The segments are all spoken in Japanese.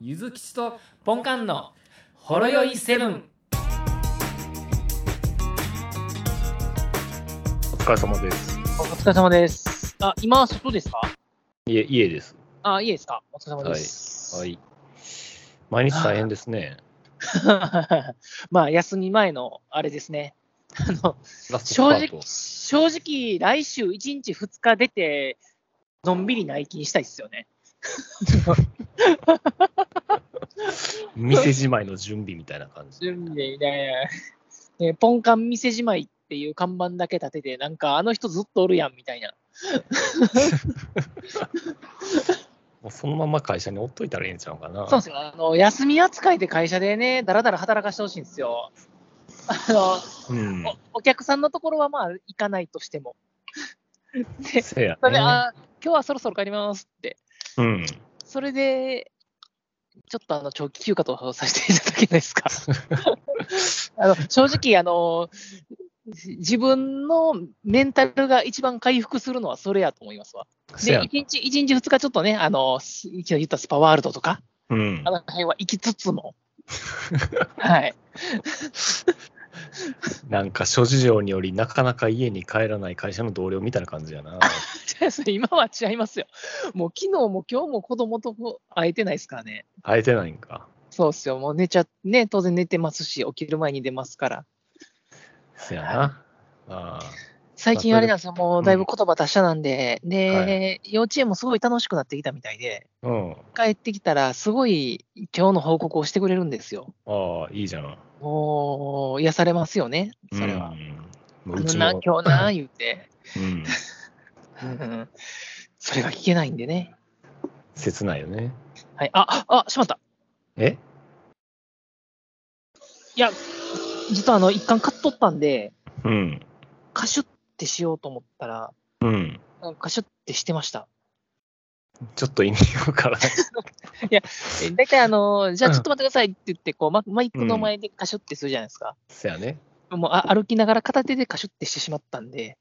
ゆずきちとポンカンのほろよいセブン。お疲れ様です。お疲れ様です。あ、今、外ですか家、家です。あ、いいですかお疲れ様です。は。い。毎日大変ですね。 まあ、休み前の、あれですね。 あの、ラ正ストスパー直ト、。正直、来週1日2日出て、のんびり内勤したいですよね。店じまいの準備みたいな 感じ。準備で、いやいや ねポンカン店じまいっていう看板だけ立てて、なんか、あの人ずっとおるやん、みたいな。もうそのまま会社に置っといたらええんちゃうかな。そうですよ。あの、休み扱いで会社でね、だらだら働かしてほしいんですよ。あの、うん。おお客さんのところはまあ行かないとしても。で、そせやれで、ね。あ今日はそろそろ帰りますって。うん。それで、ちょっとあの長期休暇とさせていただけないです か。あの正直あの、自分のメンタルが一番回復するのはそれやと思いますわ。せで、や1。日、一日2日ちょっとね、あの、す昨日言ったスパワールドとか、うんあ。の辺は行きつつ も。はい。 なんか諸事情によりなかなか家に帰らない会社の同僚みたいな感じやな。 違うそれ今は違いますよ。もう昨日も今日も子供と会えてないですからね。会えてないんか。そうっすよ。もう寝ちゃ、ね、当然寝てますし、起きる前に出ますから。せやな。あ最近あれなんですよ、もうだいぶうん言葉達者なんで、で、幼稚園もすごい楽しくなってきたみたいで、あ。うん。帰ってきたら、すごい今日の報告をしてくれるんですよ。ああ、いいじゃん。もう、癒されますよね、それは。うん。もあうのうちな、も。今日な、言うて。うん。うんそれが聞けないんでね。切ないよ ね。はい。あ、あ、しまった。えいや、実はあの、一貫買っとったんで、うん。カシュってしようと思ったら、うん。なんかカシュってしてました。ちょっと意味がわからない。え大体あのー、じゃあちょっと待ってくださいって言って、こうママイクの前でカシュってするじゃないですか。せやね。もうあ歩きながら片手でカシュってしてしまったんで、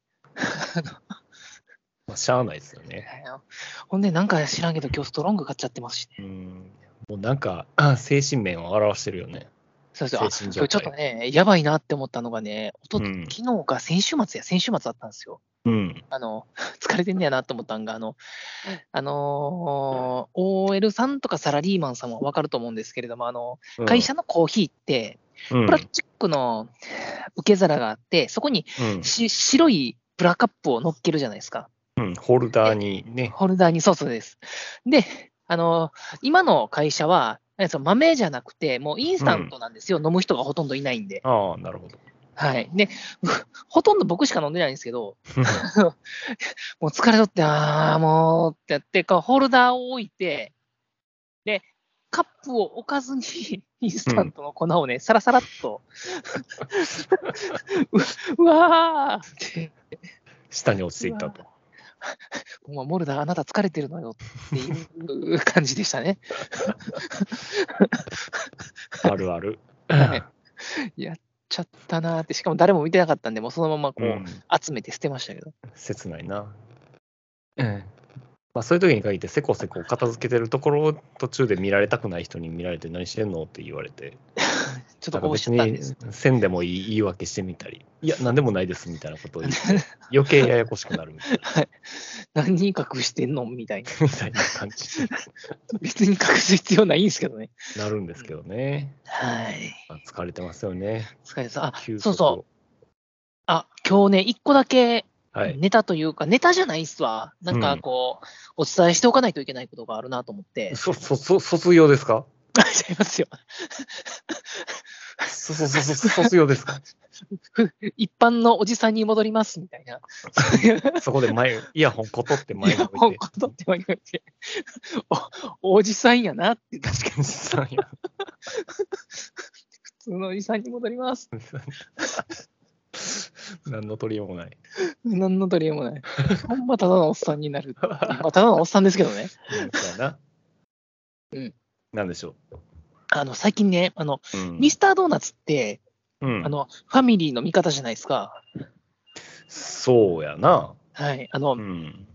まあ、しゃあないですよね。あのほんでなんか知らんけど今日ストロング買っちゃってますしね。うん。もうなんか、 あ精神面を表してるよね。そう精そう。あ神今状日ちょっと態。ね、やばいなって思ったのがね、おとうん昨日か先週末や、先週末だったんですよ。うん。あの、 疲れてんねやなと思ったんが、あの、あのー OL さんとかサラリーマンさんはわかると思うんですけれども、あの、うん会社のコーヒーって、うんプラスチックの受け皿があって、そこにうんし白いプラカップを乗っけるじゃないですか。うんホルダーにね。ホルダーに、そうそうです。で、あの、今の会社は、何その豆じゃなくて、もうインスタントなんですよ、飲む人がほとんどいないんで。ああ、な るほど。はい。で、ほとんど僕しか飲んでないんですけど、もう疲れとって、あーもうってやって、こうホルダーを置いて、で、カップを置かずに インスタントの粉をね、サラサラっと、うう わーって、下に落ちていったと。もうモルダー、あなた疲れてるのよっていう感じでしたね。 あるある。はいやっちゃったなーって、しかも誰も見てなかったんで、もうそのままこう、うん集めて捨てましたけど。切ないな。うんまあ、そういう時に限ってせこせこ片付けてるところを途中で見られたくない人に見られて何してんのって言われてちょっなとんかこうし別ちゃったんです。にせんでもいい言い訳してみたりいや何でもないですみたいなことを 言って余計ややこしくなるみたいな何隠してんのみたいな。みたいな感じに別に隠す必要ないんですけどね。なるんですけ どね、はい。まあ、疲れてますよね疲れさん。あ、休息そうそうあ、今日ね、一個だけはいネタというか、ネタじゃないっすわ。なんかこう、お伝えしておかないといけないことがあるなと思って。そ そそ卒業ですか あ違いますよ。そそそそ卒業で すかふ一般のおじさんに戻りますみたいな。そこで前イヤホンコトって前に置本いて当って言われて、おおじさんやなって、確かにおじさんや普通のおじさんに戻り ます。 何の取りようもない何の取り柄もない。ほんまただのおっさんになるっていう。まあ、ただのおっさんですけどね。うんそうやなうんなんでしょあの、最近ね、あの、う、うんミスタードーナツって、うんあの、ファミリーの味方じゃないですか。そうやなはい。あの、うん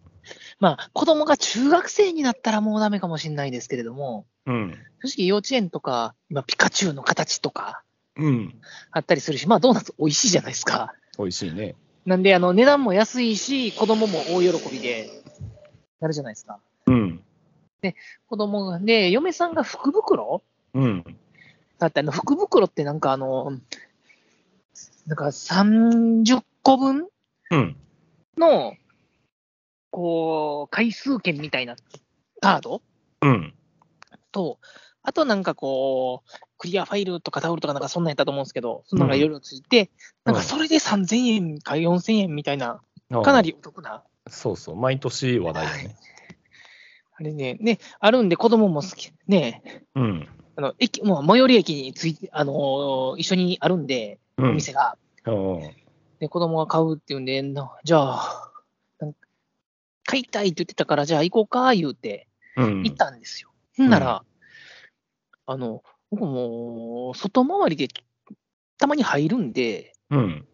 まあ、子供が中学生になったらもうダメかもしれないですけれども、うん。正直幼稚園とか、今ピカチュウの形とかうん。あったりするし、まあドーナツ美味しいじゃないですか。美味しいね。なんで、あの、値段も安いし、子供も大喜びで、なるじゃないですか。うん。子供が、で、嫁さんが福袋うん。だってあの、福袋ってなんかあの、なんか30個分うん。の、こう、回数券みたいなカードうん。と、あとなんかこう、クリアファイルとかタオルとかなんかそんなんやったと思うんですけど、そんなのがいろいろついて、なんかそれで3000円か4000円みたいな、かな。りお得な、そうそう。毎年話題だね。あれね、ね、あるんで子供も好き、ね、うん。あの、駅、もう最寄り駅について、あのー一緒にあるんで、うおん。店が。うんで、子供が買うっていうんで、なじゃあ、なん買いたいって言ってたから、じゃあ行こうか、言うて、うん。行ったんですよ。ほんなら、あの、僕も、外回りで、たまに入るんで、うん。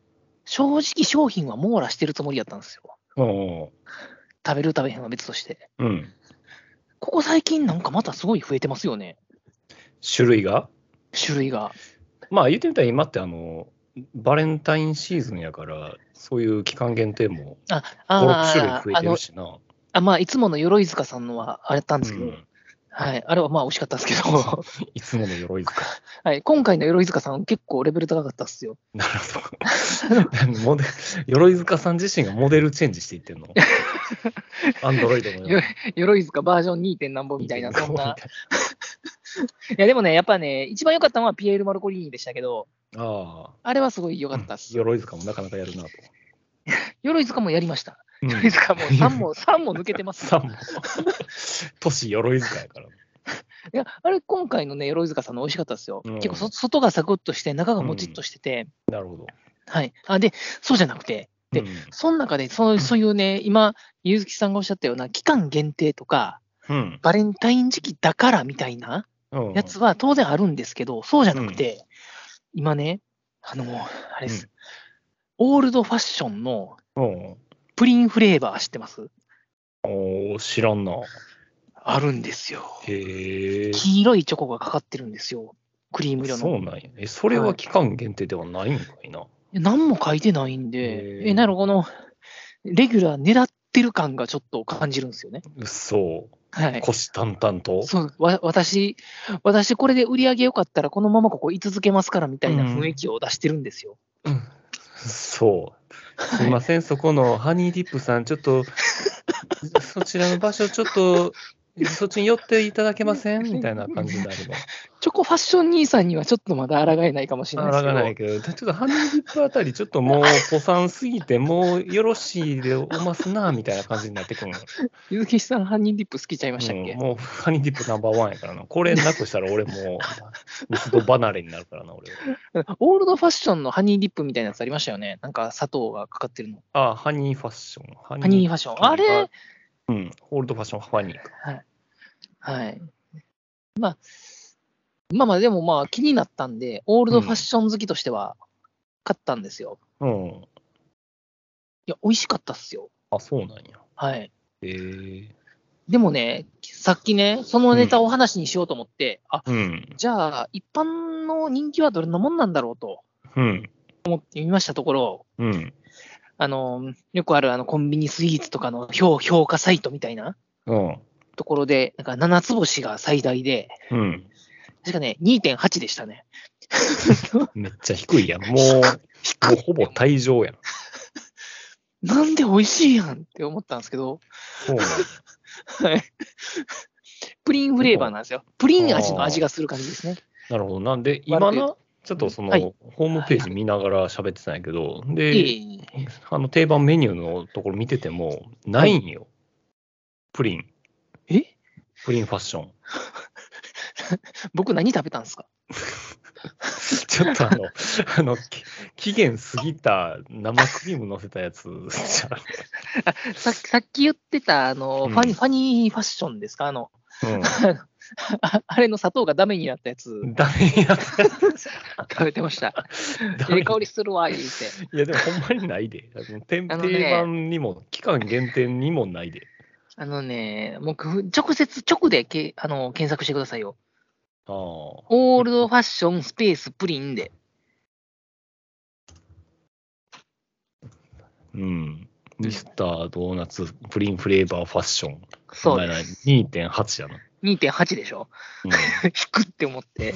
正直商品は網羅してるつもりやったんですよ。うん。食べる食べへんは別として。うん。ここ最近なんかまたすごい増えてますよね。種類が種類が。まあ言ってみたら今ってあの、バレンタインシーズンやから、そういう期間限定もあ、 5、6あ種類ー増えあてのる、しな。あ、まあ、いつもの鎧塚さんのはあれだったんですけうど、んはい、あれはまあ美味しかったんですけど、いつもの鎧塚。 はい、今回の鎧塚さん結構レベル高かったっすよ。なるほど。モ デ鎧塚さん自身がモデルチェンジして いってんのアンドロイドのよう鎧塚バージョン 2. 何本みたいな、な。そんな。いや、でもね、やっぱね、一番良かったのはピエール・マルコリーニでしたけど、ああれはすごい良あかったっす。鎧塚もなかなかやるなと。鎧塚もやりました。うん 鎧塚も3も、 三も抜けてます。さんも。 都市鎧塚やから。いや、あれ今回のね、鎧塚さんの美味しかったっすよ。うん結構そ、外がサクッとして、中がもちっとしてて、なるほど。はい。あ、で、そうじゃなくて、でうんその中でそう、そういうね、今、ゆずきさんがおっしゃったような、期間限定とか、うん。バレンタイン時期だからみたいなうんやつは当然あるんですけど、そうじゃなくて、今ね、あの、あれです、オールドファッションのうんプリンフレーバー知ってますおー知らんな。あるんですよ。へえ。黄色いチョコがかかってるんですよ。クリーム色そうの。なんや。え、それは期間限定ではないんかいな。何も書いてないんでへ、ーえ、なるこの、レギュラー狙ってる感がちょっと感じるんですよね。嘘。はい。虎視眈々と。そうわ私、私これで売り上げ良かったらこのままここ居続けますからみたいな雰囲気を出してるんですよ。そう。すいません、そこのハニーディップさん、ちょっ と、そちらの場所、ちょっと、そっちに寄っていただけませんみたいな感じになれば。チョコファッション兄さんにはちょっとまだ抗えないかもしれないですあけど。らがないけど、ちょっとハニーディップあたり、ちょっ ともう、ポさんすぎて、もう、よろしいでおますな、みたいな感じになってくるの。ゆずきさん、犯人ディップ好きちゃいましたっけ、うんもう、ハニーディップナンバーワンやからな。これなくした ら、俺もう、一度離れになるからな、俺は。オールドファッションのハニーディップみたいなやつありましたよね。なんか砂糖がかかってるの。あ、ハニーファッション。ハハニーファッション。あれうん、オールドファッション、ハニーか。はい。まあ、まあまあ、でもまあ気になったんで、オールドファッション好きとしては買ったんですよ。うん。いや、美味しかったっすよ。あ、そうなんや。はい。へえ。でもね、さっきね、そのネタを話にしようと思って、あ、うん。じゃあ、一般の人気はどんなもんなんだろうとうん。思ってみましたところ、うん。あの、よくあるあのコンビニスイーツとかの評評価サイトみたいなうん。ところで、なんか7つ星が最大で、うん。確かね、2.8でしたね。めっちゃ低いやん。もう、もうほぼ退場やん。なんで美味しいやんって思ったんですけど、そう なんはやいプリンフレーバーなんですよ。プリン味の味がする感じですね。なるほど。なんで、今悪な、ちょっとその、はいホームページ見ながら喋ってたんやけど、えで、えあの定番メニューのところ見てても、ないんよ。プリン。えプリンファッション。僕何食べたんですか ちょっとあの、あの、き期限過ぎた生クリーム乗せたやつじささっき言ってた、あの、うんファニファニーファッションですかあの、 ゃん。ああれの砂糖がダメになったやつうん。ダメやつ。食べてま した。ダえメえ香りするわ、言うて。いや、でもほんまにないで。あのてんあのね定番にも、期間限定にもないで。あのね、もう工夫直接、直でけあの検索してくださいよ。ああ。オールドファッションスペースプリンで。うん。ミスタードーナツプリンフレーバーファッション。そうです。す。2.8やな。 2.8でしょ うん低って思って。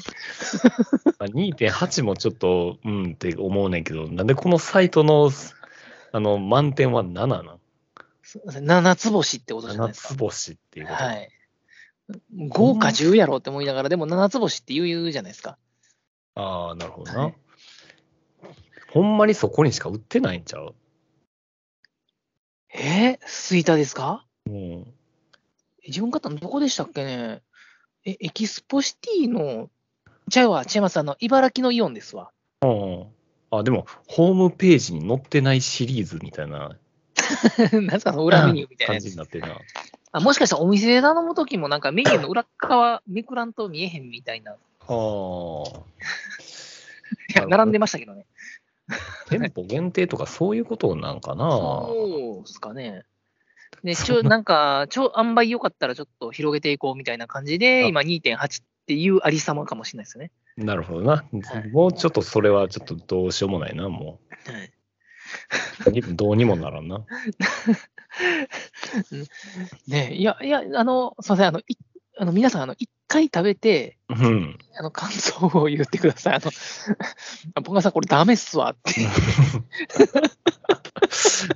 まあ、2.8もちょっと、うんって思うねんけど、なんでこのサイトの、あの、満点は7なんすいません7つ星ってことじゃない ?7 ですかつ。星っていうこと。はい。5か10やろって思いながら、でも7つ星って言うじゃないですか。ああ、なるほどは。ないほんまにそこにしか売ってないんちゃうえー、スイーターですかうん。え自分買ったのどこでしたっけねえ、エキスポシティの、ちゃうわ、ちゃいます、あの、茨城のイオンですわ。 うんあ、でも、ホームページに載ってないシリーズみたいななんすか、その裏メニューみたいな感やじにつな。ってるな。あもしかしたらお店で頼むときも、なんかメニューの裏側、めくらんと見えへんみたいな。いああ。や、並んでましたけどね。店舗限定とかそういうことなんかな。そうですかね。で、ちょ、なんか、ちょ、塩梅良かったらちょっと広げていこうみたいな感じあで、今2.8っていうありさまかもしれないですよね。なるほどなはい。もうちょっとそれはちょっとどうしようもないな、もはい。う。どうにもならんな。ねえいや、いや、あの、すみません、あの、いあの皆さん、あの、一回食べて、うん。あの、感想を言ってください。あの、あ ポンカンさん、これダメっすわって。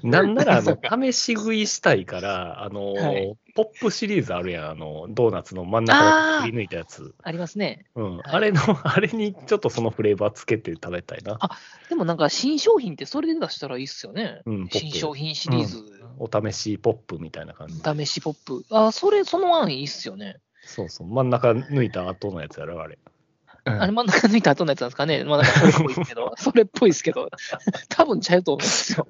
なんなら、あそのう、試し食いしたいから、あの、はいポップシリーズあるやん、あの、ドーナツの真ん中でくり抜いたやつ。ありますね。うん。あれの、 あれにちょっとそのフレーバーつけて食べたいな。でもなんか、新商品ってそれで出したらいいっすよね。うん、ポ新ッ商プ。品シリーズ、お試しポップみたいな感じ。試しポップ。あ、それ、その案いいっすよね。そうそう。真ん中抜いた後のやつやろ、あれ。あ れ真ん中抜いた後のやつなんですかね。まあ、なんかそれっぽいですけ ど、それっぽいですけど、多分ちゃうと思うんですよ。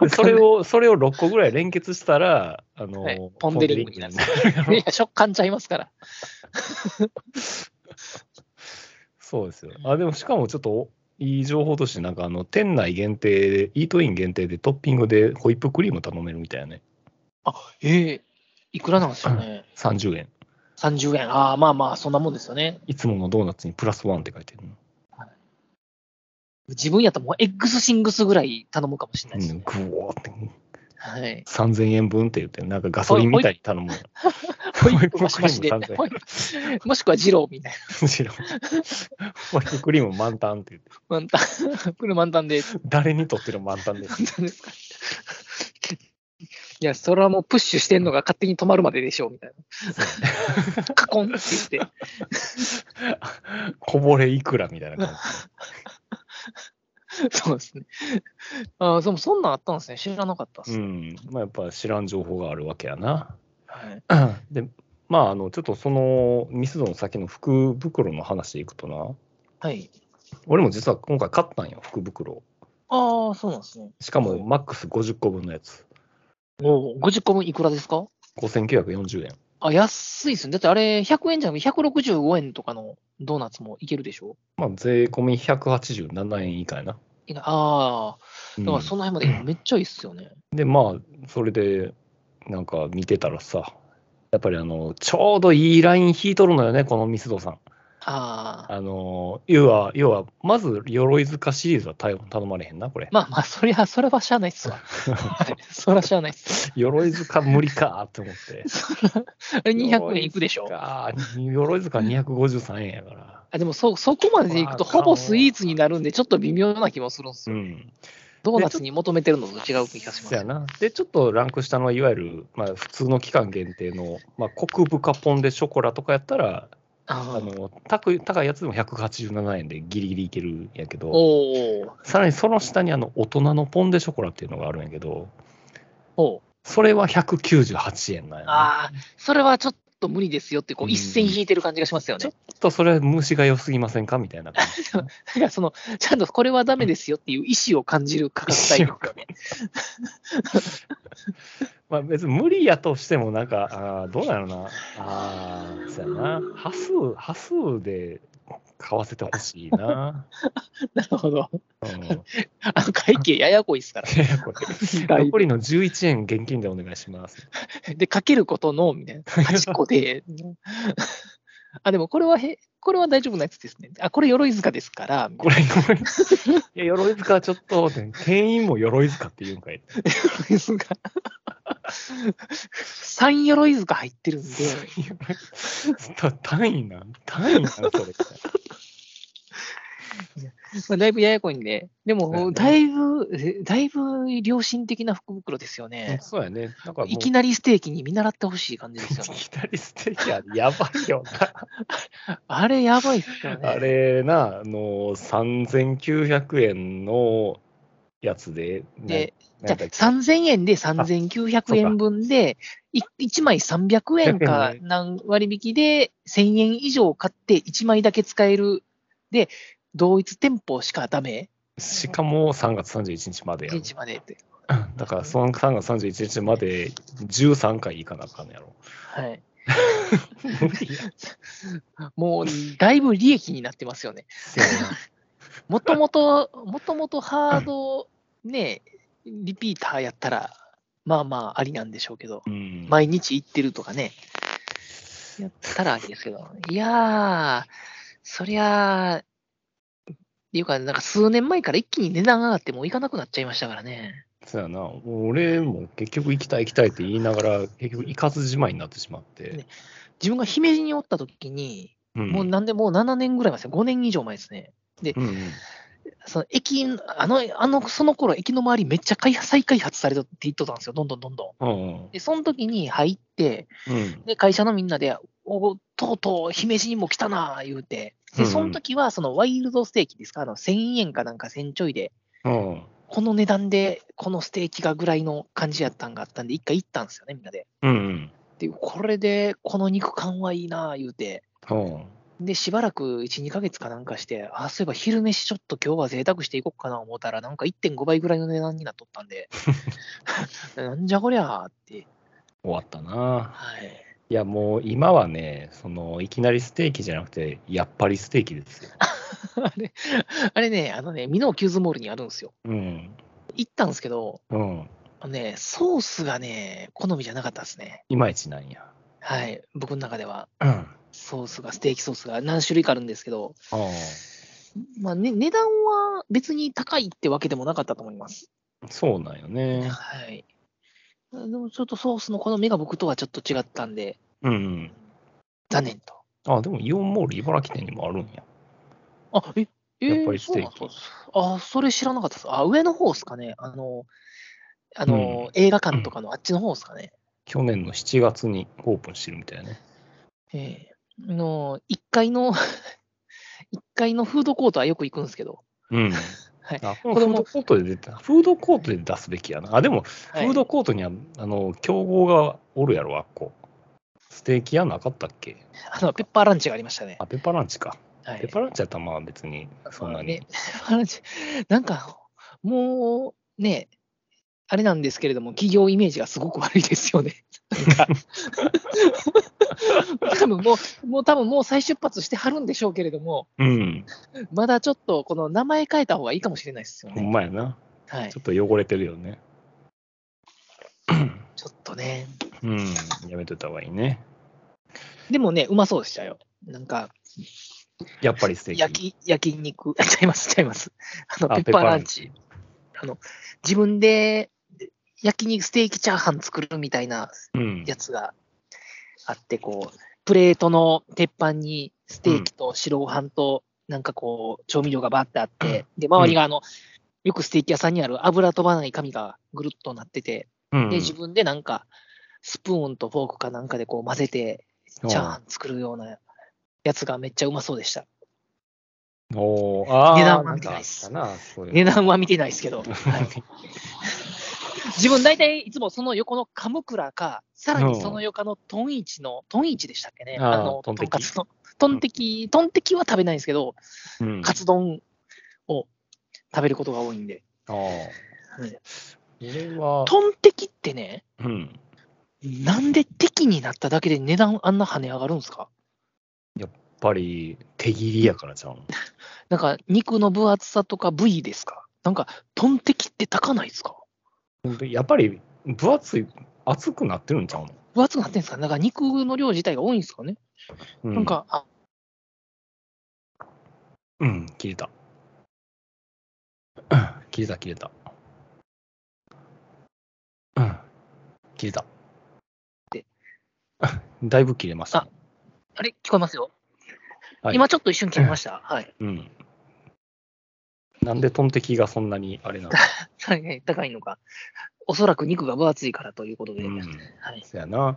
でそれを、それを6個ぐらい連結したら、あの、はいポンデリングになるいや、食感ちゃいますから。そうですよ。あ、でもしかもちょっといい情報として、なんかあの、店内限定で、イートイン限定でトッピングでホイップクリーム頼めるみたいなね。ええいくらなんですよね。 30円。 30円。ああ、まあまあ、そんなもんですよね。いつものドーナツにプラスワンって書いてるの。自分やったらもう X シングスぐらい頼むかもしれなういですん、ね。ぐわーって。 はい。 3000円分って言って、なんかガソリンみたいに頼むの。ホイッマシマシで。 3000円。もしくは二郎みたいむしろホイップクリーム満タンって言って、な。満タン。 これ満タンで。誰にとってる満タンです。満タンですか。いや、それはもうプッシュしてんのが勝手に止まるまででしょう、みたいな。カコンって言って。こぼれいくらみたいな感そうですね。ああ、でもそんなんあったんですね。知らなかったでじ。す。 うん。まあやっぱ知らん情報があるわけやな。はい。で、まあ、あの、ちょっとそのミスドの先の福袋の話でいくとな、はい、俺も実は今回買ったんよ、福袋。ああ、そうなんですね。しかも、マックス50個分のやつ。おお、50個分いくらですか5940円。あ、安いですね。だってあれ、100円じゃなくて165円とかのドーナツもいけるでしょまあ、税込み187円以下やな。いやあうあ、んだからその辺までめっちゃいいっすよね。で、まあ、それで、なんか見てたらさ、やっぱりあの、ちょうどいいライン引いとるのよね、このミスドさん。ああ、あの、要は、要は、まず、鎧塚シリーズは頼頼まれへんな、これ。まあまあ、そりゃ、それはしゃあないっ すわ。はいそりゃしゃあないっす。鎧塚無理かーって思って。あれ200円いくでしょああ、鎧塚253円やから。あでもそ、そこまでいくと、まあほぼスイーツになるんで、ちょっと微妙な気もするんですうよ。ん。ドーナツに求めてるのと違う気がしますそや。な。で、ちょっとランク下の、いわゆる、まあ、普通の期間限定の、まあ、コクブカポンでショコラとかやったら、ああーの、高い高いやつでも187円でギリギリいけるんやけど、おーさらにその下に、あの、大人のポンデショコラっていうのがあるんやけど、おうそれは198円なんやな。ああ、それはちょっと無理ですよって、こう、うん一線引いてる感じがしますよちょねっ。とそれは虫が良すぎませんかみたいな感 じ。だから、その、ちゃんとこれはダメですよっていう意思を感じる価格帯ですよね。 まあ別に無理やとしても、なんか、あーどうなのな。ああ、そうやな。端数、端数で買わせてほしいな。なるほど。うん、いあの会計ややこいですから。やいやこれ残りの11円現金でお願いします。で、かけることの、みたいな。8個 で。あ、でもこれはへ、これは大丈夫なやつですね。あ、これ鎧塚ですから、みたいこれ、これいや、鎧塚はちょっと、店員も鎧塚って言うんかい。な鎧塚。3鎧塚入ってるんで、 た単位なん単位なんそれ。まあ、だいぶややこいんで、でそうやも、ねだいぶ、えだいぶ良心的な福袋ですよね。そうやね。なんかもういきなりステーキに見習ってほしい感じですよいね。きなりステーキあれやばいよ あれやばいっすよね。な。あれな、あの、3900円のやつで、で、なじゃなあんだっけ3000円でそう3900か円分で、い1枚300円か100円何割引で1000円以上買って1枚だけ使える。で、同一店舗しかダメしかも3月31日までやろ現。地までって。だから、その3月31日まで13回いかなあかんのやろ。はい。 もう、だいぶ利益になってますよね。せやなもともと、もともとハード、ね、リピーターやったら、まあまあありなんでしょうけど、うん毎日行ってるとかね、やったらありですけど、いやー、そりゃあ、っていうか、なんか数年前から一気に値段上がってもう行かなくなっちゃいましたからね。そうやな、俺も結局行きたい行きたいって言いながら、結局行かずじまいになってしまって。ね自分が姫路におった時に、うん、もうなんでもう7年ぐらい前ですね、5年以上前ですね。うんうん、その駅、あの、あの、その頃駅の周りめっちゃ開発再開発されたって言っとったんですよ、どんどんどんどん。うんうんで、その時に入って、うんで、会社のみんなで、おとうとう姫路にも来たな、言うて。うで、んうんその時は、そのワイルドステーキですか、あの、1000円かなんか1000ちょいで、うんこの値段で、このステーキがぐらいの感じやったんがあったんで、一回行ったんですよね、みんなで。うんで、これで、この肉感はいいな、言うて。うんで、しばらく1、2ヶ月かなんかして、あ、そういえば昼飯ちょっと今日は贅沢していこうかな思ったら、なんか1.5倍ぐらいの値段になっとったんで、なんじゃこりゃーって。終わったな。はい。 いや、もう今はね、そのいきなりステーキじゃなくて、やっぱりステーキですよ。あれ、あれね、あのね、ミノーキューズモールにあるんですよ。うん。行ったんですけど、うん。あのね、ソースがね、好みじゃなかったですね。いまいちなんや。はい、僕の中では。うん。あソースが、ステーキソースが何種類かあるんですけど、あまあね、値段は別に高いってわけでもなかったと思います。そうなんよね。はい。でもちょっとソースの好みが僕とはちょっと違ったんで、うんうん。残念と。あ、でもイオンモール茨城店にもあるんや。あ、え、えーやっぱりステーキそうなんですかあ、それ知らなかったです。あ、上の方ですかね。あの、あの、映画館とかのあっちの方ですかね。去年の7月にオープンしてるみたいやね。ええあの、1階の、1階のフードコートはよく行くんですけど、うん。はいあこのこフれーもドコートで出てフードコートで出すべきやな。あ、でも、フはいードコートには、あの、競合がおるやろ、あっこ。ステーキ屋なかったっけあのペッパーランチがありましたね。あ、ペッパーランチか。はい、ペッパーランチやったら、まあ別に、そんなにまあね。 ペッパーランチ、なんか、もうね、あれなんですけれども、企業イメージがすごく悪いですよね。なんか多分もう、もう多分もう再出発してはるんでしょうけれども、 うん。まだちょっとこの名前変えた方がいいかもしれないですよほんね。まやな。はいちょ、っと汚れてるよね。ちょっとね。うん。やめといた方がいいね。でもね、うまそうでしたよ。なんか、やっぱりステーキ。焼き、焼肉、 ちゃいます、ちゃいます。あの、あペッパーランチ。。あの、自分で焼肉ステーキチャーハン作るみたいなペッパーランチやつがあって、こう、プレートの鉄板にステーキと白ご飯と、なんかこう、調味料がバーってあって、で、周りがあの、よくステーキ屋さんにある油飛ばない紙がぐるっとなってて、うん。うんで、自分でなんか、スプーンとフォークかなんかでこう混ぜて、チャーハン作るようなやつがめっちゃうまそうでした。おーあー値段は見てないっすんかあったなそういうの値段は見てないですけ ど。はい自分大体いつもその横の鴨倉か、さらにその横のトンイチの、トンイチでしたっけね、あーあの、トとンんテキかつの、トンテキ、トンテキは食べないんですけど、うんカツ丼を食べることが多いんで。あーはい俺は、トンテキってね、うん。なんで敵になっただけで値段あんな跳ね上がるんですかやっぱり手切りやからちゃうん。なんか肉の分厚さとか部位ですかなんか、トンテキって高ないですかでやっぱり分厚い、厚くなってるんちゃうの、分厚くなってんですかなんか肉の量自体が多いんですかね、うなん、か、あうん、切れた。切れた、切れた。うん、切れたで。だいぶ切れましたね。あれ聞こえますよ、はい今ちょっと一瞬切れました。はい。うん。なんでトンテキがそんなにあれなのはいはい 高いのか。おそらく肉が分厚いからということで。うん。はい、そやな。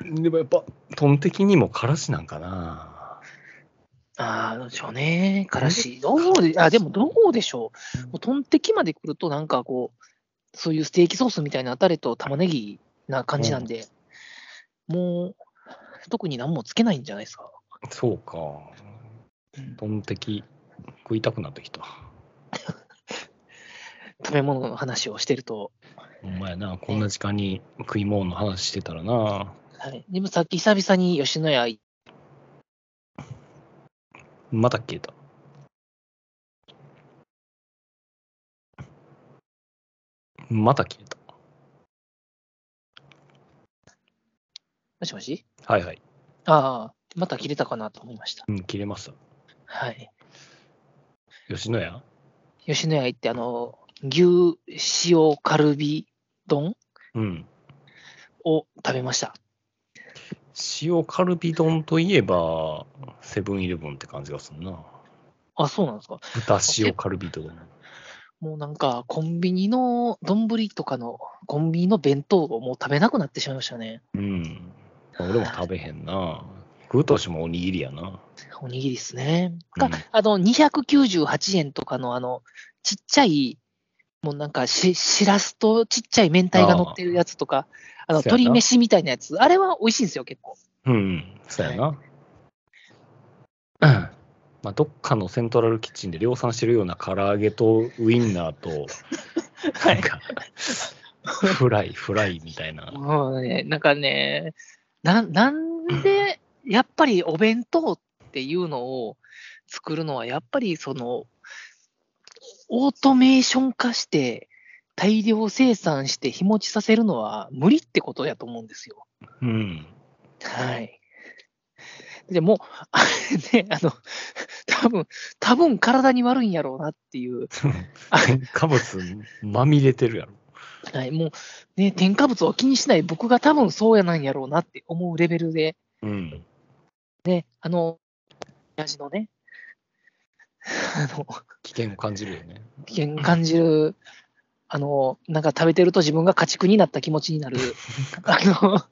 でもやっぱ、トンテキにもからしなんかな。ああ、どうでしょうね。からし。どうで、あ、でもどうでしょう。もうトンテキまで来ると、なんかこう、そういうステーキソースみたいなタレと玉ねぎな感じなんで、もう、特に何もつけないんじゃないですか。そうか。トンテキ食いたくなってきた。食べ物の話をしてると。ほんまやな、こんな時間に食い物の話してたらな。はい、でもさっき久々に吉野家行っまた消えた。また消えた。もしもしはいはい。ああ、また切れたかなと思いました。うん、切れました。はい。吉野家吉野家行って、あの、牛塩カルビ丼うん。を食べました。塩カルビ丼といえば、セブンイレブンって感じがするな。あ、そうなんですか。豚塩カルビ丼。もうなんか、コンビニの丼とかの、コンビニの弁当をもう食べなくなってしまいましたね。うん。俺も食べへんな。食うとしてもおにぎりやな。おにぎりですね。うか、ん、あの、298円とかの、あの、ちっちゃい、もうなんかし、しらすとちっちゃい明太が乗ってるやつとか、あの、そうやな鶏飯みたいなやつ、あれは美味しいんですよ、結構。うんうん、そうやな。うんまあ、どっかのセントラルキッチンで量産してるような唐揚げとウインナー と、なんか、フライ、フライみたいな。もうね、なんかね、ななんで、やっぱりお弁当っていうのを作るのは、やっぱりその、オートメーション化して、大量生産して日持ちさせるのは無理ってことやと思うんですよ。 うん。はい。でもう、 あれね、あの、多分多分体に悪いんやろうなっていう、添加物まみれてるやろ。はい、もう、ね、添加物を気にしない僕が多分そうやなんやろうなって思うレベルで、うん。ね、あの、親父のね、 あの、危険を感じるよね。危険感じる、あの、なんか食べてると自分が家畜になった気持ちになる、あの、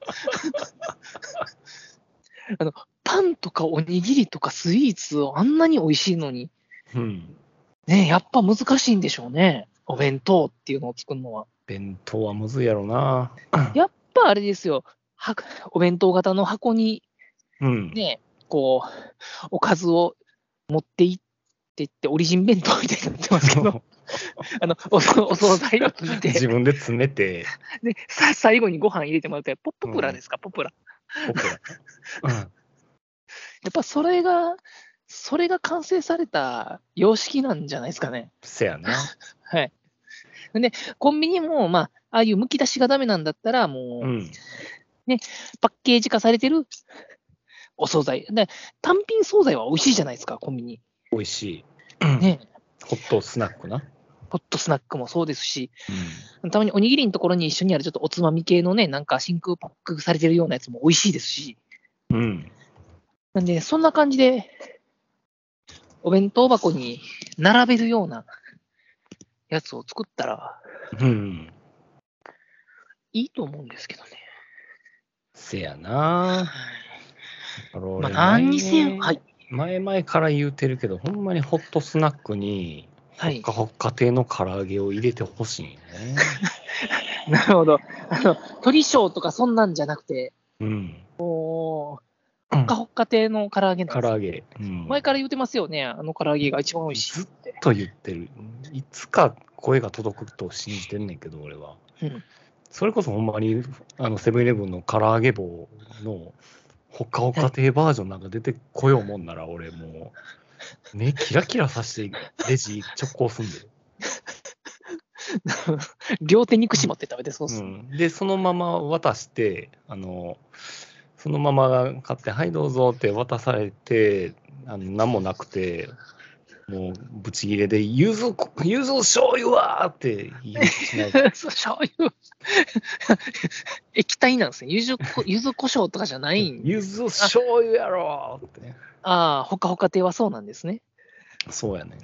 あの、パンとかおにぎりとかスイーツをあんなに美味しいのに、うん。ね、やっぱ難しいんでしょうね。お弁当っていうのを作るのは。弁当はむずいやろな。やっぱあれですよ、はお弁当型の箱にうん。ね、こう、おかずを持っていってって、オリジン弁当みたいになってますけど、あの、おそお惣菜を聞いて、自分で詰めて、でさ最後にご飯入れてもらったら、ポポプラですか、ポプラ。ポプラ うん。やっぱそれが、それが完成された様式なんじゃないですかね。せやな。はい。で、コンビニも、まあ、ああいうむき出しがダメなんだったら、もう、うん。パッケージ化されてるお惣菜。で、単品惣菜は美味しいじゃないですか、コンビニ。美味しい。ね、ホットスナックな。ホットスナックもそうですし、たまにおにぎりのところに一緒にあるちょっとおつまみ系のね、なんか真空パックされてるようなやつも美味しいですし、うん。うん。なんで、そんな感じで、お弁当箱に並べるようなやつを作ったらうん。いいと思うんですけどね。せやな。まあ、何にせよ、はい、前々から言うてるけど、ほんまにホットスナックに、はほっいか、ほっか亭の唐揚げを入れて ほしいよね。なるほど。あの、鳥賞とかそんなんじゃなくて、うん。ほっかほっか亭の唐揚げなん唐です揚げ。うん、前から言ってますよね、あの唐揚げが一番美味しいって。と言ってる。いつか声が届くと信じてんねんけど、俺は。うんそれこそほんまに、あの、セブンイレブンの唐揚げ棒のほかほか亭バージョンなんか出てこようもんなら、俺もう、目キラキラさして、レジ直行すんで。両手に串持って食べてそうっすうね。ん、で、そのまま渡して、あの、そのまま買って、はい、どうぞって渡されて、あの何もなくて、もう、ブチギレで、ゆず、ゆず醤油はって言いしない そう醤油。液体なんですね。ゆずこ、ゆず胡椒とかじゃないんで。ゆず醤油やろってね。ああ、ほかほか亭はそうなんですね。そうやね。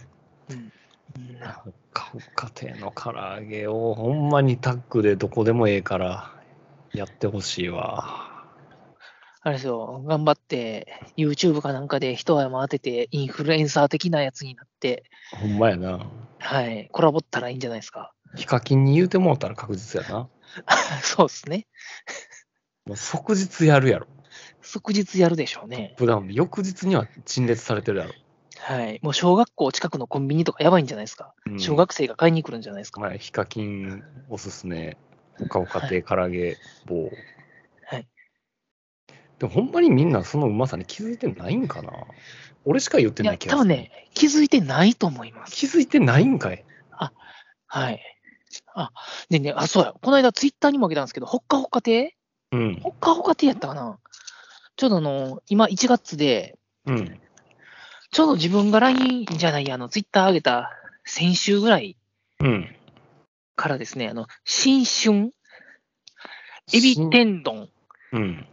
うん。うんなほかほか亭の唐揚げを、ほんまにタッグでどこでもええから、やってほしいわ。あれですよ、頑張って、YouTube かなんかで一山当てて、インフルエンサー的なやつになって、ほんまやな。はい、コラボったらいいんじゃないですか。 ヒカキンに言うてもうたら確実やな。そうですね。もう即日やるやろ。即日やるでしょうね。普段翌日には陳列されてるやろ。はい。もう小学校近くのコンビニとかやばいんじゃないですか。うん小学生が買いに来るんじゃないですか。はい、ヒカキンおすすめ、ほかほか亭唐揚げ棒。はい。でもほんまにみんなそのうまさに気づいてないんかな俺しか言っていなや、い気が多分する。ね、気づいてないと思います。気づいてないんかいはい。あ、でね、あ、そうや。この間ツイッターにもあげたんですけど、ほっかほっか亭うん。ほっかほっか亭やったかなちょうどあの、今1月で、うん。ちょうど自分が LINE じゃないや、あの、ツイッター上げた先週ぐらいうん。からですね、あの、新春エビ天丼うん。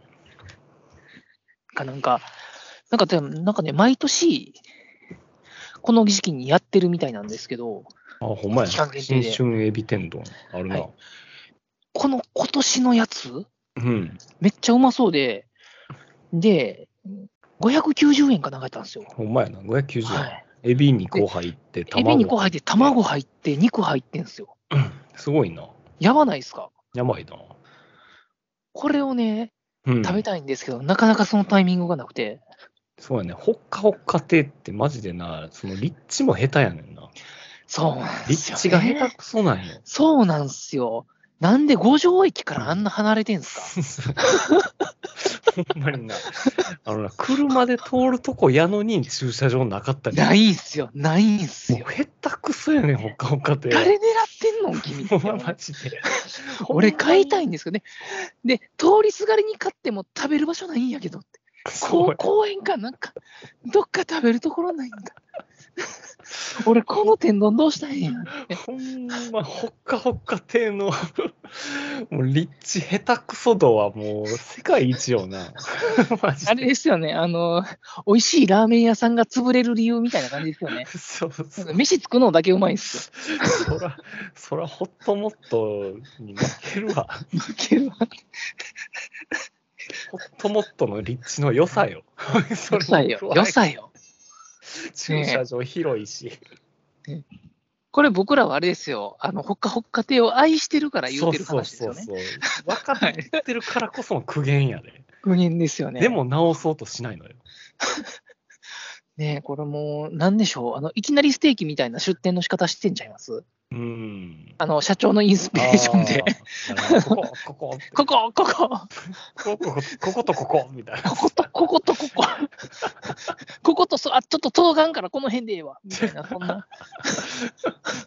かなんか、なんかでも、なんかね、毎年、この時期にやってるみたいなんですけど、あ、ほんまや。期間限定新で春エビ天丼。あるな。はいこの今年のやつ、うん。めっちゃうまそうで、で、590円かなんかやったんですよ。ほんまやな。590円。はい。エビに個入って、エ卵。ビ2個入って、卵入って、肉入ってんすよ。すごいな。やばないですかやばいな。これをね、うん。食べたいんですけど、なかなかそのタイミングがなくて、そうやね。ほっかほっか亭ってマジでな、その立地も下手やねんな。そうなんですよ、ね。立地が下手くそなんよ。そうなんすよ。なんで五条駅からあんな離れてんすかほんまにな。あのな、車で通るとこやのに駐車場なかったり。もないんすよ。ないんすうよ。下手くそやねん、ほっかほっか亭。誰狙ってんの 君ほんまマジで。俺買いたい。いんですけどね。で、通りすがりに買っても食べる場所ないんやけどって。そうこうや公園かなんか、どっか食べるところないん だ。俺、この天丼どうしたらいいんや。ほんま、ほっかほっか亭の、もう立地下手くそ度はもう世界一よ な。マジであれですよね。あの、美味しいラーメン屋さんが潰れる理由みたいな感じですよね。そうそなんかう。飯作るのだけうまいんすよ。そら、そら、ホットモットに負けるわ。負けるわ。ホットモットの立地の良さよ。そ良れにさよ。良さよ。駐車場広いし。これ僕らはあれですよ。あの、ほっかほっか亭を愛してるから言そううてるそう話ですそようね。そう。分かってるからこその苦言やで。無限ですよね。で、も直そうとしないのよ。ねこれもう、なんでしょう。あの、いきなりステーキみたいな出店の仕方してんちゃいますうん。あの、社長のインスピレーションで。あー。なるほどここ、こ ここ、こ、ここ、ここ、こことここみたいな。ここと、ここと、ここ。こことそ、あ、ちょっと東岸からこの辺でええわ。みたいな、そんな。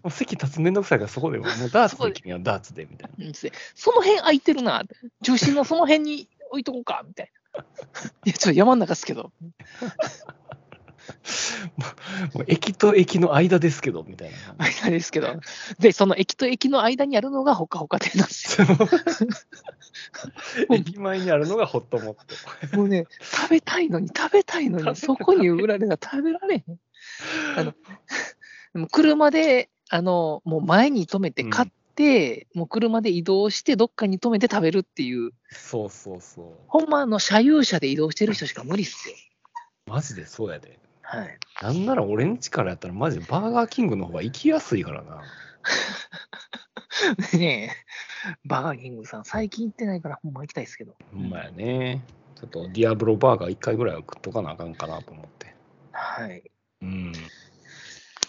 もう席立つのめんどくさいからそこでもうダーツで君はダーツでみたいうんつってその辺空いてるな。中心のその辺に置いとこうか。みたいな。 いや、ちょっと山の中ですけど。 な。もう駅と駅の間ですけどみたいな。間ですけど。で、その駅と駅の間にあるのがほかほか亭なんですよ。 駅前にあるのがホットモット。 もうね、食べたいのに食べたいの食べに、たいそこに売られが食べられへん。 あのでも車で、あの、もう前に止めてうん買って、もう車で移動して、どっかに止めて食べるっていう、そうそうそほんまあの、車有車で移動してる人しか無理っすよ。う。マジでそうやで。はい。なんなら俺ん家からやったらマジでバーガーキングの方が行きやすいからな。 ねえ、バーガーキングさん、最近行ってないから、ほんま行きたいですけど。ほんまやね。ちょっとディアブロバーガー1回ぐらいは食っとかなあかんかなと思って。はい。うん。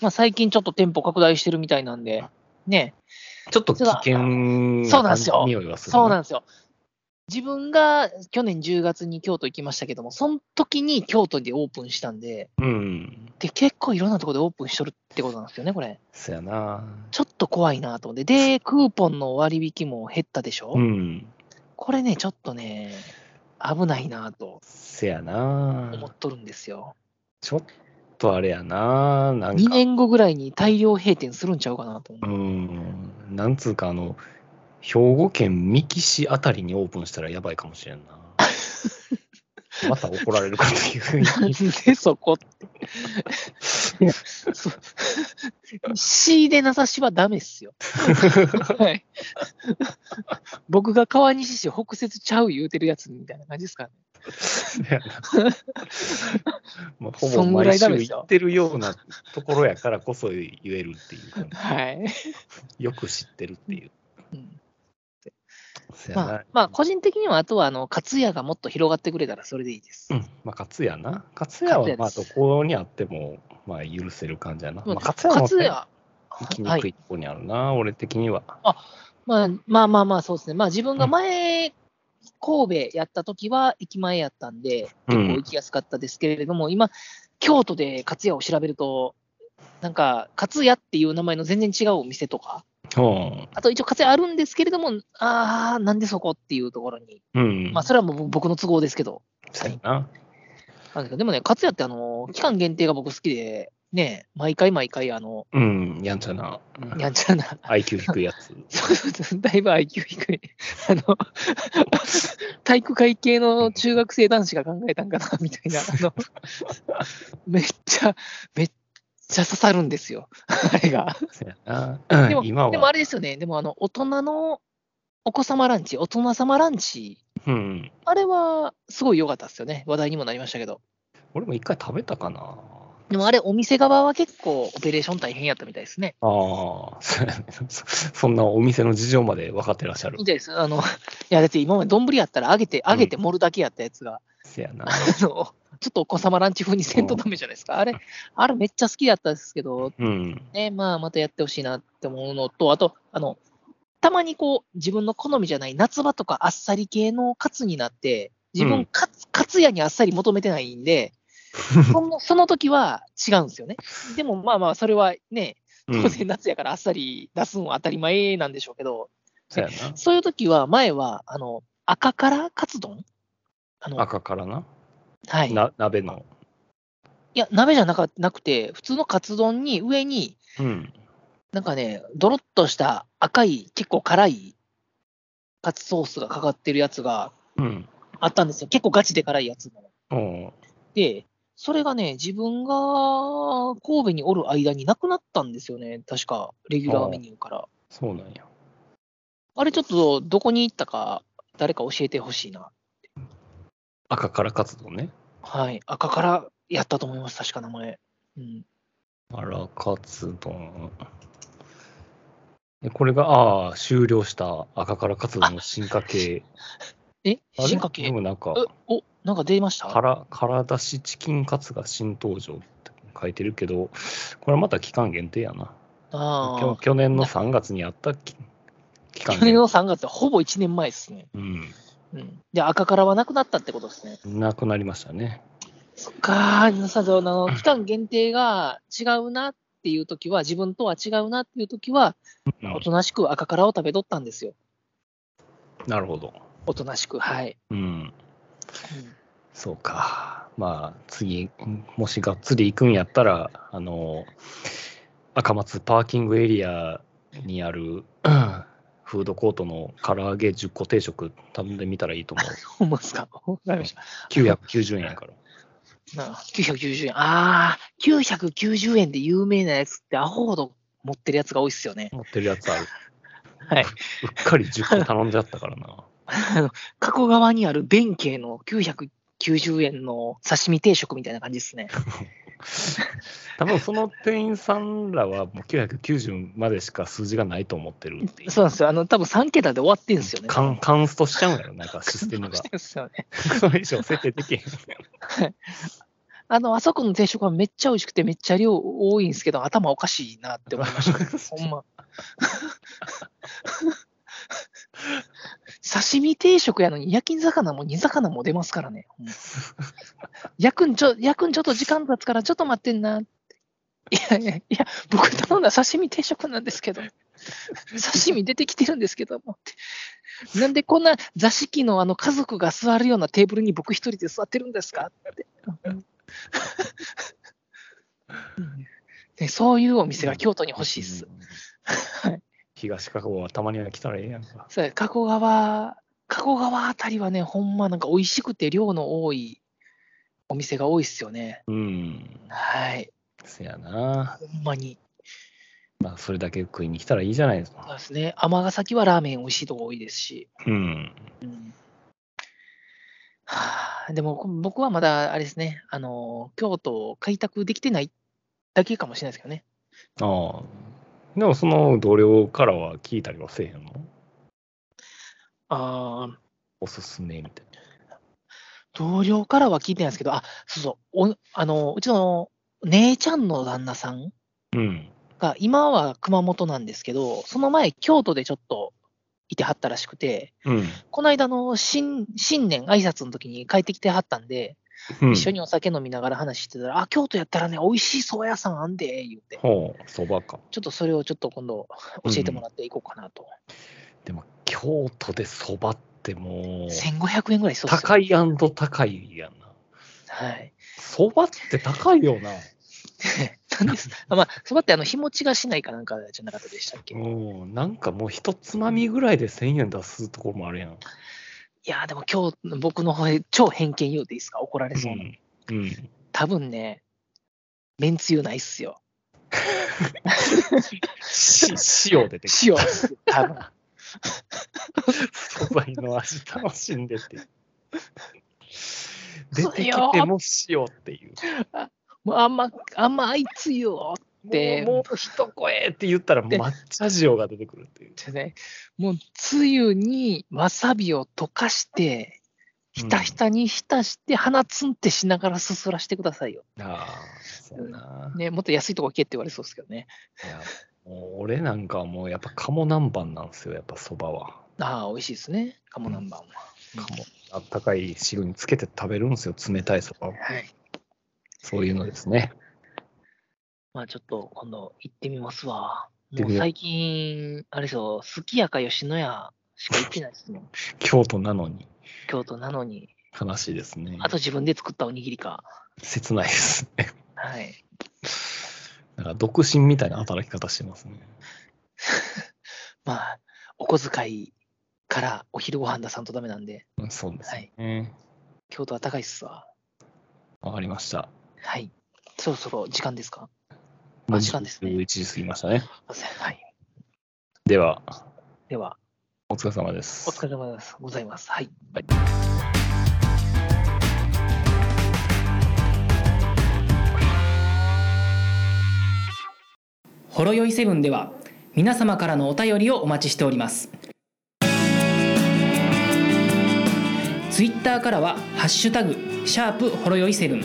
まあ、最近ちょっと店舗拡大してるみたいなんで、ねえ、ちょっと危険そうなんですよ匂いはするそうなんんですよ。自分が去年10月に京都行きましたけども、その時に京都でオープンしたんで、うん。で、結構いろんなところでオープンしとるってことなんですよね、これ。そやな。ちょっと怖いなと思って。で、クーポンの割引も減ったでしょ、うん。これね、ちょっとね、危ないなとせや思っな。とるんですよ。ちょっとあれやな。なんか。 2年後ぐらいに大量閉店するんちゃうかなと思うう。ん。なんつうか、あの、兵庫県三木市あたりにオープンしたらやばいかもしれん な。また怒られるかというふうに。なんでそこって。そう仕入れなさしはダメっすよ。はい、僕が川西市北節ちゃう言うてるやつみたいな感じですからね。せやな まあ、ほそぼんぐら毎い週ダメですよ行ってるようなところやからこそ言えるってい うか、はい。よく知ってるっていう。うんせやなまあ、まあ、個人的にはあとは、あの、勝也がもっと広がってくれたらそれでいいです。うん、まあ、勝也な。勝也は、ま勝あ、ど也ですこにあっても、まあ、許せる感じやな。まあ、勝也も勝也、は行きにいくいとこにあるな、俺的には。まあまあまあまあ、そうですね。まあ自分が前、神戸やった時は駅前やったんで、う結ん構行きやすかったですけれども、今、京都で勝也を調べると、なんか、勝也っていう名前の全然違うお店とか、うん。あと一応勝也あるんですけれども、あー、なんでそこっていうところに、うん。まあそれはもう僕の都合ですけど、そうやな。なんですけどでもね、勝也ってあの、期間限定が僕好きで、ね、毎回毎回あの、うん、やんちゃな。やんちゃな、 IQ 低いやつ。そうそうそう だいぶ IQ 低い。あ の、体育会系の中学生男子が考えたんかな、みたいな。あの、めっちゃ、めっちゃ刺さるんですよ。 あれが。そうやな。でも、今でもあは、れですよね。でも、あの、大人のお子様ランチ、大人様ランチ、うん。あれはすごい良かったですよね。話題にもなりましたけど。俺も一回食べたかな。でもあれ、お店側は結構オペレーション大変やったみたいですね。ああ、そうやねそ そんなお店の事情まで分かってらっしゃるみ。たいです。あの、いや、だって今まで丼やったら揚げて、揚げて盛るだけやったやつが、せやな。あの、ちょっとお子様ランチ風にせんとダメじゃないですか。あれ、あれめっちゃ好きだったんですけど、うん。ね、まあまたやってほしいなって思うのと、あと、あの、たまにこう、自分の好みじゃない夏場とかあっさり系のカツになって、自うん分カツ、カツ屋にあっさり求めてないん で、そのその時は違うんですよね。でもまあまあ、それはね、うん当然夏やからあっさり出すのは当たり前なんでしょうけど、そうやそういう時は前は、あの、赤からカツ丼あの、な。赤からな。はい。な鍋の。いや、鍋じゃなかなくて、普通のカツ丼に上に、うん。なんかね、ドロッとした赤い、結構辛いカツソースがかかってるやつがうん。あったんですよ。結構ガチで辛いやつも。うん。で、それがね、自分が神戸におる間になくなったんですよね。確か、レギュラーメニューから。そうなんや。あれちょっと、どこに行ったか、誰か教えてほしいな。赤からカツ丼ね。はい。赤からやったと思います。確か名前。うん。あら、カツ丼。えこれが、ああ、終了した赤からカツ丼の進化系。えあれ進化で系もなんか、えお、なんか出ましたから、からだしチキンカツが新登場って書いてるけど、これまた期間限定やな。あ去ー去年の3月にあったき期間去年の限定。 3月はほぼ1年前ですね。ううん。で、赤からはなくなったってことですね。ん。なくなりましたね。そっかー、皆さん、あの、期間限定が違うなっていう時は、自分とは違うなっていう時は、うんおとなしく赤からを食べとったんですよ。なるほど。おとなしく、はい。うん。うんそうか。まあ、次、もしがっつり行くんやったら、あの、赤松パーキングエリアにあるフードコートの唐揚げ10個定食頼んでみたらいいと 思う。ほんまですかわかりました。 990円やから。な990円。あー、990円で有名なやつってアホほど持ってるやつが多いっすよね。持ってるやつある。 はいうっかり10個頼んじゃったからな。加古川にある弁慶の990円の刺身定食みたいな感じですね。多分その店員さんらはもう990までしか数字がないと思ってるっていう。そうなんですよ。あの、多分3桁で終わってんすよね。カンカンストしちゃうんやろ、なんかシステ ムがし。てんすよね。それ以上設定できへん。あの、あそこの定食はめっちゃ美味しくて、めっちゃ量多いんですけど、頭おかしいなって思いました。ほんま。 刺身定食やのに焼き魚も煮魚も出ますからね。ほんま焼くんちょ、焼くんちょっと時間経つからちょっと待ってんな。いやいやいや、僕頼んだ刺身定食なんですけど、刺身出てきてるんですけど、もってなんでこんな座敷のあの家族が座るようなテーブルに僕一人で座ってるんですかって。うん ねそういうお店が京都に欲しいっす。うん。東加古はたまには来たらええやんか。そうや加古川、加古川あたりはね、ほんまなんか美味しくて量の多いお店が多いっすよね。うん。はい。せやな。ほんまに。まあ、それだけ食いに来たらいいじゃないですそうか。ですね。尼崎はラーメン美味しいとこ多いですし。うん。はあ、でもこ僕はまだあれですね、あの、京都を開拓できてないだけかもしれないですけどね。ああ。でも、その同僚からは聞いたりはせえへんのああ、おすすめみたいな。同僚からは聞いてないですけど、あ、そうそう、おあの、うちの姉ちゃんの旦那さんうん。が、今は熊本なんですけど、その前、京都でちょっといてはったらしくて、うん。この間の新新年挨拶の時に帰ってきてはったんで、うん、一緒にお酒飲みながら話してたら、あ、京都やったらね、美味しい蕎麦屋さんあんで、言って、ほう、そばか。ちょっとそれをちょっと今度教えてもらっていこうかなと。でも、京都でそばってもう、 1500円ぐらいそうですよ高い高いやんな。はい。 そばって高いよな。なんです。あまあ、蕎麦ってあの、日持ちがしないかなんかじゃなかったでしたっけ、いうん、なんかもう一つまみぐらいで1000円出すとこもあるやん。やーでも今日、僕の方へ超偏見言うていいですか怒られうそうな。ん。うん、多分ね、めんつゆないっすよ。し塩出てき塩っすよ多分。て、素材の味楽しんでって。 出そうてきよても塩っていう。もうあんま、あんまあいつゆをっでもうもう一声って言ったらで抹茶塩が出てくるっていう。てね、もうつゆにわさびを溶かして、ひたひたに浸して、鼻つんってしながらすすらしてくださいよ。ああ、そうやな。ね、もっと安いとこ行けって言われそうですけどね。いやもう俺なんかはもうやっぱ鴨南蛮なんですよ、やっぱそばは。ああ、美味しいですね。鴨南蛮は。鴨あったかい汁につけて食べるんですよ、冷たいそばをはい。そういうのですね。まあちょっと今度行ってみますわ。行ってもうみよう最近、あれですよ、すき家か吉野家しか行ってないです もん。京都なのに京都なのに。悲しいですね。あと自分で作ったおにぎりか。切ないですね。はい。なんか独身みたいな働き方してますね。まあ、お小遣いからお昼ご飯出さんとダメなんで、うんそうですよね。京都は高いっすわ。わ、かりました。はい。そろそろ時間ですかもう時間ですね11時過ぎましたね。はい。では、では、お疲れ様です。お疲れ様です。ございます。はい。ほろよいセブンでは皆様からのお便りをお待ちしておりますツイッターからは「ハッシュタグシャープほろよいセブン」